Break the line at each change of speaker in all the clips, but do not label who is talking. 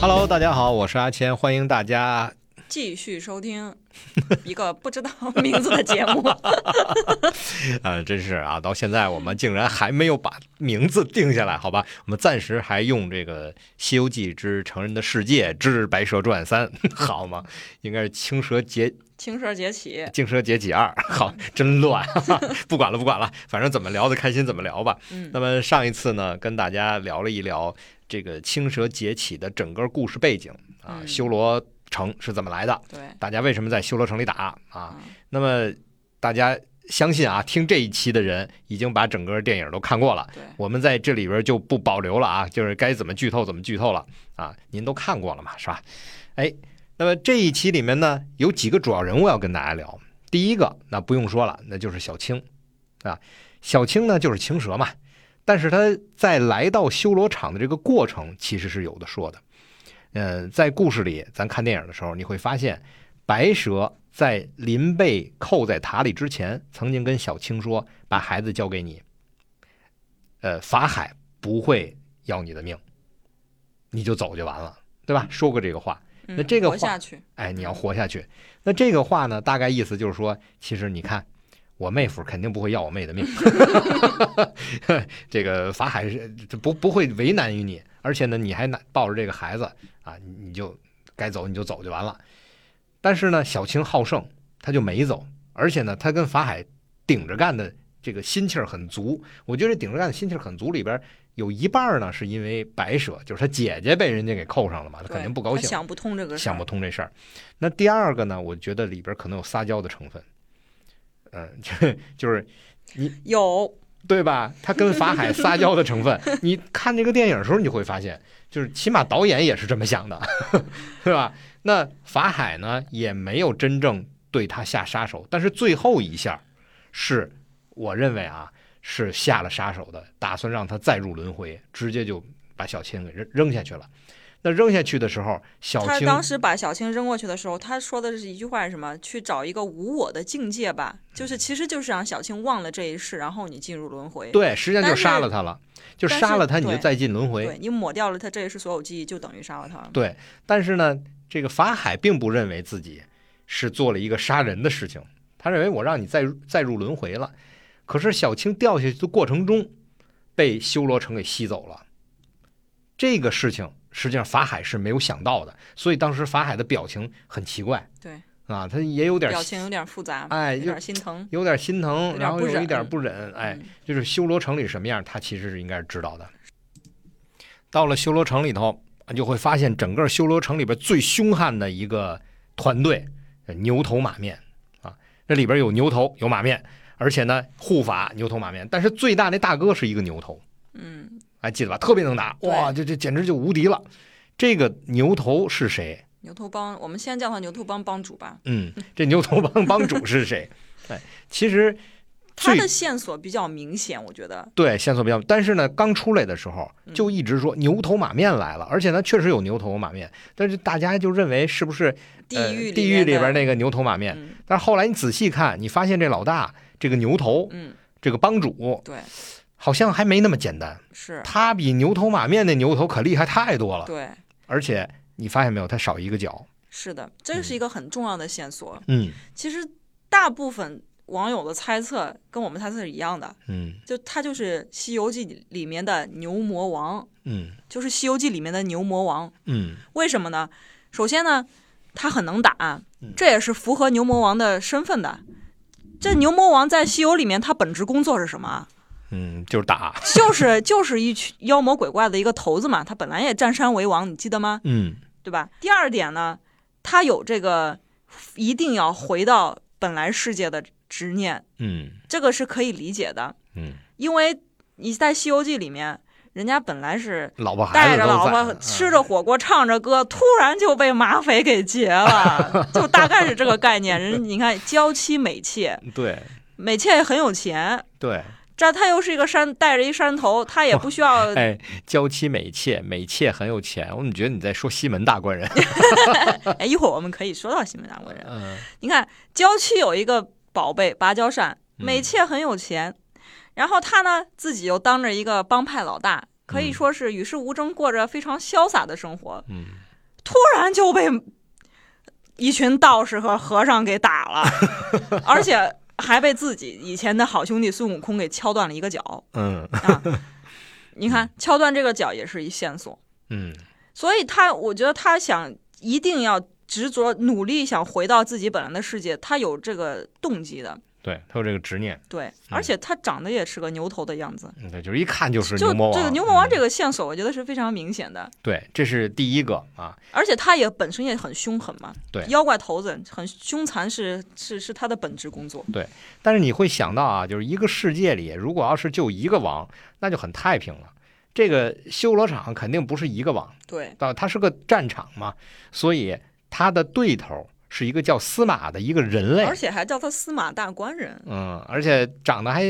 Hello，大家好，我是阿谦，欢迎大家。
继续收听一个不知道名字的节 目。
啊，真是啊，到现在我们竟然还没有把名字定下来，好吧？我们暂时还用这个《西游记之成人的世界之白蛇传三》， 好吗？应该是《青蛇劫
青蛇劫起，
《青蛇劫起二》， 好，真乱， 不管了，不管了，反正怎么聊的开心怎么聊吧。
嗯
那么上一次呢，跟大家聊了一聊这个青蛇劫起的整个故事背景啊，
嗯
修罗城是怎么来的，
对，
大家为什么在修罗城里打啊？
嗯
那么大家相信啊，听这一期的人已经把整个电影都看过了。
对，
我们在这里边就不保留了啊，就是该怎么剧透怎么剧透了啊，您都看过了嘛，是吧？哎，那么这一期里面呢，有几个主要人物要跟大家聊。第一个，那不用说了，那就是小青啊。小青呢，就是青蛇嘛，但是她在来到修罗场的这个过程，其实是有的说的。嗯、在故事里，咱看电影的时候，你会发现，白蛇在临被扣在塔里之前，曾经跟小青说：“把孩子交给你。”呃，法海不会要你的命，你就走就完了，对吧？说过这个话，
嗯
那这个
活
话
下去，
哎，你要活下去。那这个话呢，大概意思就是说，其实你看，我妹夫肯定不会要我妹的命， 这个法海是不不会为难于你，而且呢，你还拿抱着这个孩子啊，你你就该走你就走就完了。但是呢，小青好胜，他就没走，而且呢，他跟法海顶着干的这个心气儿很足。我觉得这顶着干的心气儿很足里边儿有一半儿呢，是因为白蛇，就是他姐姐被人家给扣上了嘛，他
对
肯定不高
他
兴。
想不通这个事儿，
想不通这事儿。那第二个呢，我觉得里边可能有撒娇的成分，嗯， 就就是
有
对吧？他跟法海撒娇的成 分，你看这个电影的时候，你会发现，就是起码导演也是这么想的， 对吧？那法海呢，也没有真正对他下杀手，但是最后一下是，我认为啊，是下了杀手的，打算让他再入轮回，直接就把小青给扔扔下去了。那扔下去的时候，小
他
青
当时把小青扔过去的时候，他说的是一句话是什么？去找一个无我的境界
嗯
吧，就是其实就是让小青忘了这一世，然后你进入轮回。
对，实际上就
但是
杀了他了，就
但
杀
是
了他，你就
对
再进轮回。
对你抹掉了他这一世所有记忆，就等于杀了他了。
对，但是呢，这个法海并不认为自己是做了一个杀人的事情，他认为我让你再入再入轮回了。可是小青掉下去的过程中，被修罗城给吸走了。这个事情实际上法海是没有想到的，所以当时法海的表情很奇怪。
对
啊，他也有点
表情有点复杂，
哎
有
就
点心疼。
有点心疼，
点
然后
不
有一
忍
点不忍，哎，
嗯
就是修罗城里什么样，他其实是应该是知道的。到了修罗城里头，你就会发现整个修罗城里边最凶悍的一个团队，呃牛头马面啊，这里边有牛头有马面，而且呢护法牛头马面，但是最大那大哥是一个牛头，
嗯，
还记得吧？特别能打，哇，这这简直就无敌了。这个牛头是谁？
牛头帮，我们先叫他牛头帮帮主吧。
嗯，这牛头帮帮主是谁？ 哎，其实
他
最
的线索比较明显，我觉得
对，线索比较，但是呢，刚出来的时候
嗯
就一直说牛头马面来了，而且呢，确实有牛头马面，但是大家就认为是不是呃地
狱地
狱里边
边的，
那个牛头马面？
嗯
但是后来你仔细看，你发现这老大这个牛头
嗯，
这个帮主
对，
好像还没那么简单，
是，
他比牛头马面那牛头可厉害太多了，
对，
而且你发现没有，他少一个脚，
是的，这是一个很重要的线索。
嗯
其实大部分网友的猜测跟我们猜测是一样的，
嗯
就他就是《西游记》里面的牛魔王，
嗯
就是《西游记》里面的牛魔王。
嗯
为什么呢？首先呢，他很能打
嗯，
这也是符合牛魔王的身份的。这牛魔王在西游里面，他本职工作是什么啊？
嗯，就是打，
就是就是一群妖魔鬼怪的一个头子嘛，他本来也占山为王，你记得吗？
嗯
对吧？第二点呢，他有这个一定要回到本来世界的执念，
嗯
这个是可以理解的，
嗯，
因为你在《西游记》里面，人家本来是。
老婆孩
带
子
着
都
老
在
婆
嗯
吃着火锅唱着歌，突然就被马匪给劫了，就大概是这个概念。人你看娇妻美妾，
对
美妾也很有钱，
对。
这他又是一个山带着一山头，他也不需 要
哎，娇妻美妾，美妾很有钱。我怎么觉得你在说西门大官人？
哎，一会儿我们可以说到西门大官人。
嗯
你看，郊区有一个宝贝芭蕉扇，
嗯
美妾很有钱，然后他呢自己又当着一个帮派老大，可以
嗯
说是与世无争，过着非常潇洒的生活。
嗯
突然就被一群道士和和尚给打 了，而且还被自己以前的好兄弟孙悟空给敲断了一个脚
嗯
啊！你看，敲断这个脚也是一线索。
嗯
所以他，我觉得他想一定要执着努力，想回到自己本来的世界，他有这个动机的。
对他有这个执念，
对，而且他长得也是个牛头的样子，
嗯对，就是一看就是
就
牛魔
这
王。
个牛魔王
嗯
这个线索，我觉得是非常明显的。
对，这是第一个啊，
而且他也本身也很凶狠嘛，
对
妖怪头子很凶残是是是他的本职工作。
但是你会想到啊，就是一个世界里，如果要是就一个王，那就很太平了。这个修罗场肯定不是一个王，
对，
啊，它是个战场嘛，所以它的对头是一个叫司马的一个人类
而，且还叫他司马大官人，
嗯，而且长得还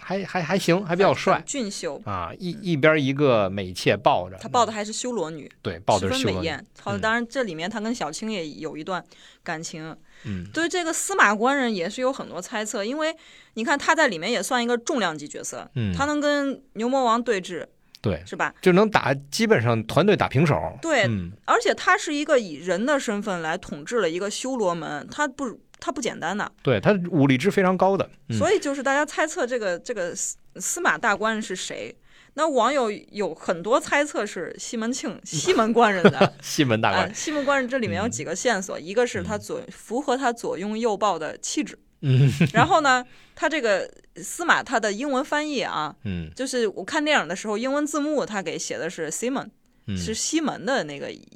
还还还行，还
还
比较帅
俊秀。
啊，一一边一个美妾抱着，
他抱的还是修罗女，
对嗯抱的
十
是
分
修
美
罗女，
艳。好的，
嗯
当然这里面他跟小青也有一段感情。
嗯
对这个司马官人也是有很多猜测，因为你看他在里面也算一个重量级角色，
嗯，
他能跟牛魔王对峙，
对
是吧？
就能打，基本上团队打平手，
对
嗯
而且他是一个以人的身份来统治了一个修罗门，他不他不简单的，
对，他武力值非常高的，嗯
所以就是大家猜测这个这个司司马大官人是谁。那网友有很多猜测是西 门庆、西门官人的，
西门大
啊
官，，嗯
西门官人这里面有几个线索，一个是他左符合他左拥右抱的气质，
嗯
然后呢，他这个司马他的英文翻译啊，
嗯
就是我看电影的时候，英文字幕他给写的是 Simon，、
嗯，
是西门的那个音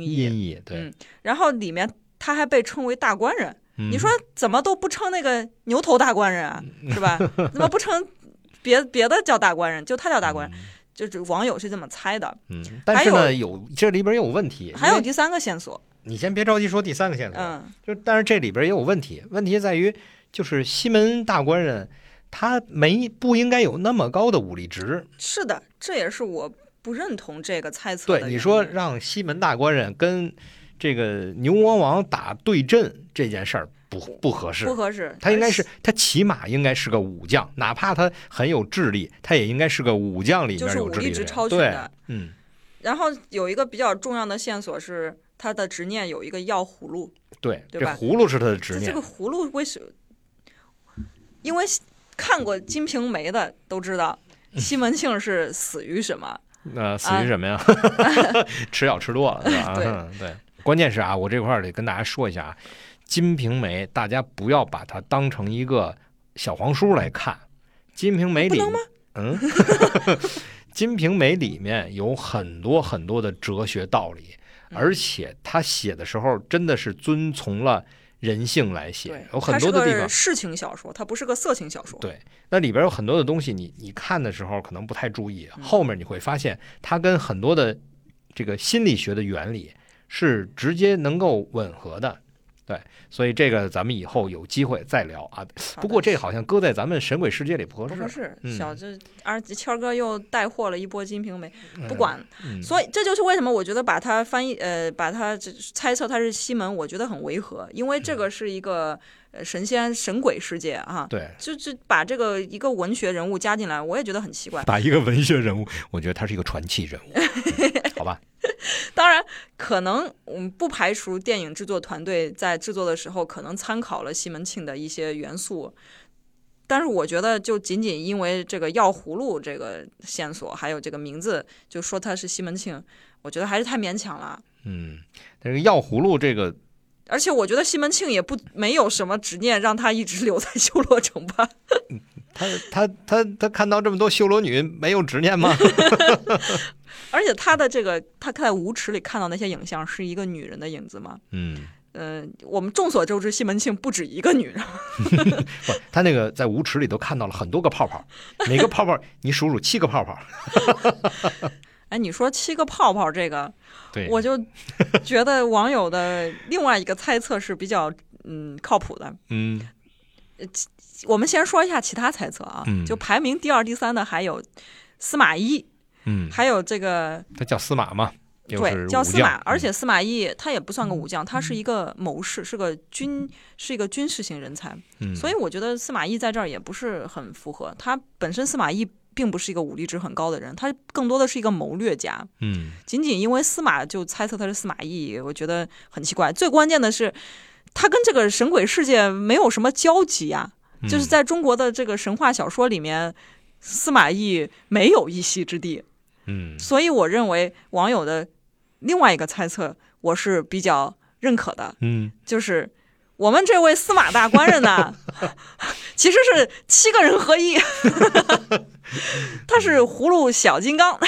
音
译。
译对
嗯，然后里面他还被称为大官人，
嗯
你说怎么都不称那个牛头大官人啊，是吧？怎么不称别别的叫大官人，就他叫大官人，就是网友是这么猜的。
嗯，但是呢，有这里边也有问题。
还有
因为
第三个线索，
你先别着急说第三个线索，
嗯，
就但是这里边也有问题。问题在于，就是西门大官人他没不应该有那么高的武力值。
是的，这也是我不认同这个猜测的
对，
原因。
你说让西门大官人跟这个牛魔王打对阵这件事儿不不合适
不。合适，
他应该
而
是他起码应该是个武将，哪怕他很有智力，他也应该是个武将里
就
面
是
有
武
智
力
力的
值
人。
超群
对
的。，
嗯，
然后有一个比较重要的线索是，他的执念有一个药葫芦。
对，
对
这
吧
葫芦是他的执
这
念
这个。葫芦为什因为看过《金瓶梅》的都知道，
嗯
西门庆是死于 什么？
那死
啊
于什么呀？ 吃药吃多了，是吧？
对
嗯对，关键是啊，我这块儿得跟大家说一下啊，《金瓶梅》大家不要把它当成一个小黄书来看，《金瓶梅》里嗯， 《金瓶梅》里面有很多很多的哲学道理，
嗯
而且他写的时候真的是遵从了人性来写
对，，
有
它
很
是
多的地
个
方。
事情小说，它不是个色情小说。
对那里边有很多的东西你，你看的时候可能不太注意，
嗯
后面你会发现它跟很多的这个心理学的原理是直接能够吻合的。对，所以这个咱们以后有机会再聊啊。
好的
不过这好像搁在咱们神鬼世界里不合
不
适，
合适
嗯，
小这而且谦儿哥又带货了一波《金瓶梅》，
嗯
不。管。
嗯
所以这就是为什么我觉得把它翻译呃，把它这猜测它是西门，我觉得很违和，因为这个是一个呃神仙神鬼世界啊。
嗯对，
就就把这个一个文学人物加进来，我也觉得很奇怪。
打一个文学人物，我觉得他是一个传奇人 物，嗯好吧？
当然，可能我们不排除电影制作团队在制作的时候可能参考了西门庆的一些元素，但是我觉得就仅仅因为这个药葫芦这个线索，还有这个名字，就说他是西门庆，我觉得还是太勉强了。
嗯，但是药葫芦这个
而且我觉得西门庆也不没有什么执念让他一直 留在修罗城吧。
他他他他看到这么多修罗女没有执念吗？
而且他的这个他在舞池里看到那些影像是一个女人的影子吗？
嗯，
嗯、我们众所周知，西门庆不止一个女人。
不，他那个在舞池里都看到了很多个泡泡， 每个泡泡你数数七个泡泡。
哎，你说七个泡泡这个，
对
我就觉得网友的另外一个猜测是比较嗯靠谱的。
嗯
我们先说一下其他猜测啊，
嗯
就排名第二、第三的还有司马懿，
嗯，
还有这个
他叫司马嘛，就
对
是
叫
武
司马
将，嗯
而且司马懿他也不算个武将，他是一个谋士，是个军是一个军事型人才，
嗯，
所以我觉得司马懿在这儿也不是很符合。他本身司马懿并不是一个武力值很高的人，他更多的是一个谋略家。
嗯
仅仅因为司马就猜测他是司马懿，我觉得很奇怪。最关键的是，他跟这个神鬼世界没有什么交集啊，
嗯
就是在中国的这个神话小说里面，司马懿没有一席之地。
嗯
所以我认为网友的另外一个猜测，我是比较认可的，
嗯
就是我们这位司马大官人呢， 其实是七个人合一， 他是葫芦小金刚。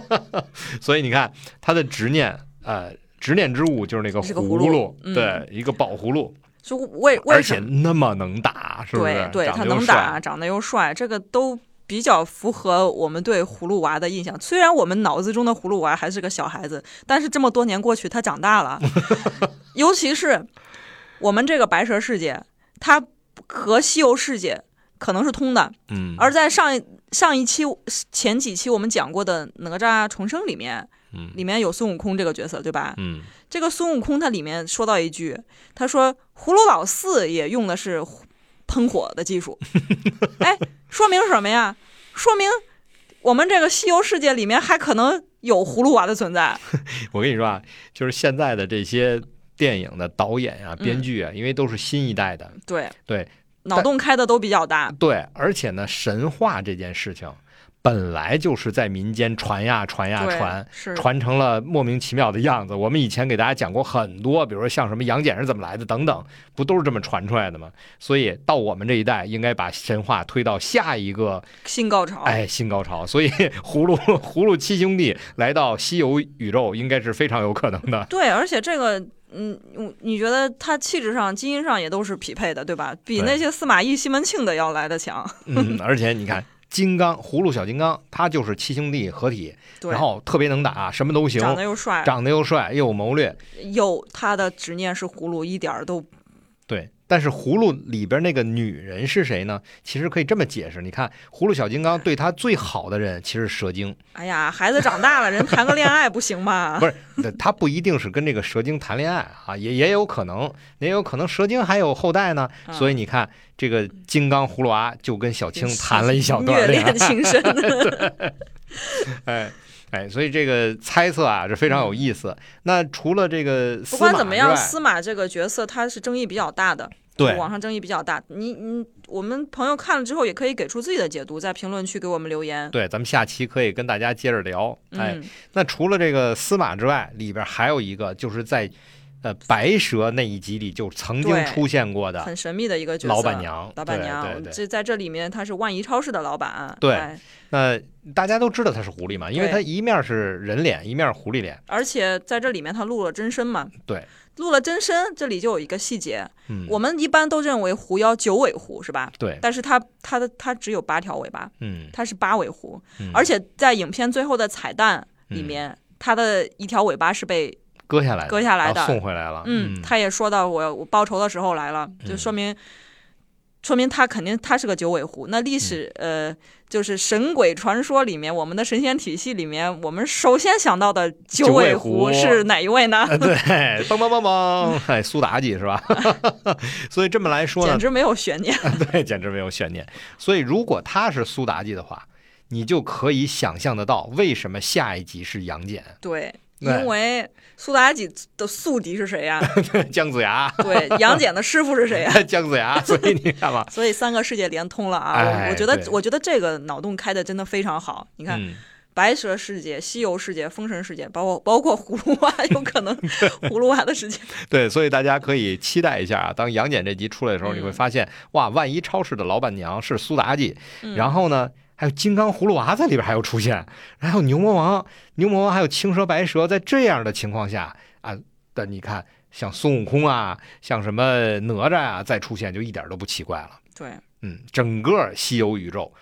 所以你看他的执念，呃，执念之物就是那个
是个
葫
葫芦嗯
对，一个宝葫芦，
就为为
而
什
且
么？
那么能打，是不是
对？对，
长
他
得又
能
帅
打，，长得又帅，这个都比较符合我们对葫芦娃的印象。虽然我们脑子中的葫芦娃还是个小孩子，但是这么多年过去，他长 大了，尤其是我们这个白蛇世界，它和西游世界可能是通的。
嗯，
而在上一上一期前几期我们讲过的哪吒重生里面，
嗯
里面有孙悟空这个角色，对吧？
嗯
这个孙悟空他里面说到一句，他说葫芦老四也用的是火喷火的 技术，哎，说明什么呀？说明我们这个西游世界里面还可能有葫芦娃的存在。
我跟你说啊，就是现在的这些电影的导演
嗯
啊、编剧啊，因为都是新一代的，
对，
对
脑洞开的都比较大。
对，而且呢，神话这件事情本来就是在民间传呀传呀
对
传。
是
传成了莫名其妙的样子。我们以前给大家讲过很多，比如说像什么杨戬是怎么来的等等，不都是这么传出来的吗？所以到我们这一代，应该把神话推到下一
哦
个
性高潮。
哎新高潮。所以 葫芦葫芦七兄弟来到西游宇宙，应该是非常有可能 的。
对，而且这个，嗯，我你觉得他气质上、基因上也都是匹配的，对吧？比
对
那些司马懿、西门庆的要来的强。
嗯，而且你看。金刚葫芦小金刚，他就是七兄弟合体，
对
然，后特别能打，什么都行，
长得又帅，
长得又帅，又有谋略，
有他的执念是葫芦，一点儿都
对，但是葫芦里边那个女人是谁呢？其实可以这么解释，你看葫芦小金刚对他最好的人其实是蛇精，
哎呀，孩子长大了，人谈个恋爱不行吗？
不是，那他不一定是跟这个蛇精谈恋爱啊，也也有可能，也有可能蛇精还有后代呢。
啊
所以你看，这个金刚葫芦娃就跟小青谈了一小
虐
段恋爱
恋，情深。
哎哎，所以这个猜测啊，这非常有意思。那除了这个
不
司马
管
之外，
怎么样，司马这个角色他是争议比较大的，
对
网上争议比较大。你你我们朋友看了之后，也可以给出自己的解读，在评论区给我们留言。
对，咱们下期可以跟大家接着聊。哎，
嗯，
那除了这个司马之外，里边还有一个就是在呃白蛇那一集里就曾经
对
出现过的
很神秘的一个角色，
老板，娘，
老板娘，
对对对。
这在这里面她是万怡超市的老板，
对
哎
那大家都知道她是狐狸嘛，因为
对
她一面是人脸，一面是狐狸脸。
而且在这里面她录了真身嘛，
对，
录了真身，这里就有一个细节，
嗯，
我们一般都认为狐妖九尾狐是吧？
对，
但是它它的它只有八条尾巴，
嗯，
它是八尾狐，
嗯
而且在影片最后的彩蛋里面，它的一条尾巴是被
割下来的，
割下来的
然后送回来了。
嗯，他也说到我我报仇的时候来了，就说明。说明他肯定他是个九尾狐。那历史、呃，就是神鬼传说里面，我们的神仙体系里面，我们首先想到的九尾
九尾狐
狐是哪一位 呢？
啊对，梆梆梆梆，哎，苏妲己是吧？ 所以这么来说呢
简，直没有悬念。
对，简直没有悬念。所以如果她是苏妲己的话，你就可以想象得到为什么下一集是杨戬、
对，
对
因为苏妲己的宿敌是谁呀、
姜子牙。
对，杨戬的师傅是谁呀、
姜子 牙，所以你看吧，
所以三个世界连通了啊！
哎
我我觉得
对，
我觉得这个脑洞开的真的非常好。你看，
嗯，
白蛇世界、西游世界、封神世界，包括包括葫芦娃， 有可 能葫芦娃的世界。
对，所以大家可以期待一下啊。当杨戬这集出来的时候，
嗯
你会发现，哇，万一超市的老板娘是苏妲己，
嗯
然后呢，还有金刚葫芦娃在里边还有出现，还有牛魔王，牛魔王还有青蛇白蛇，在这样的情况下啊，但你看，像孙悟空啊，像什么哪吒啊，再出现就一点都不奇怪了。
对，
嗯，整个西游宇宙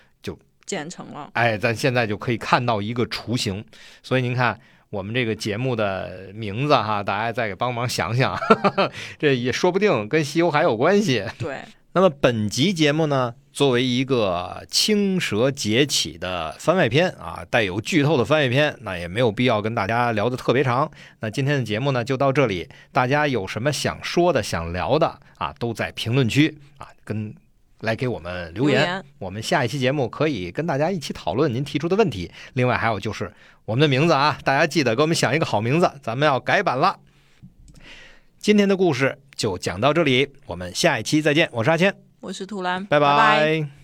建成了。
哎，咱现在就可以看到一个雏形。所以您看，我们这个节目的名字哈，大家再给帮忙想想， 这也说不定跟西游还有关系。
对，
那么本集节目呢，作为一个青蛇崛起的番外篇啊，带有剧透的番外篇，那也没有必要跟大家聊得特别长。那今天的节目呢，就到这里。大家有什么想说的、想聊的啊，都在评论区啊，跟来给我们留
留
言。
言，
我们下一期节目可以跟大家一起讨论您提出的问题。另外还有就是我们的名字啊，大家记得给我们想一个好名字，咱们要改版了。今天的故事就讲到这里，我们下一期再见。我是阿谦，
我是图兰，
拜
拜
拜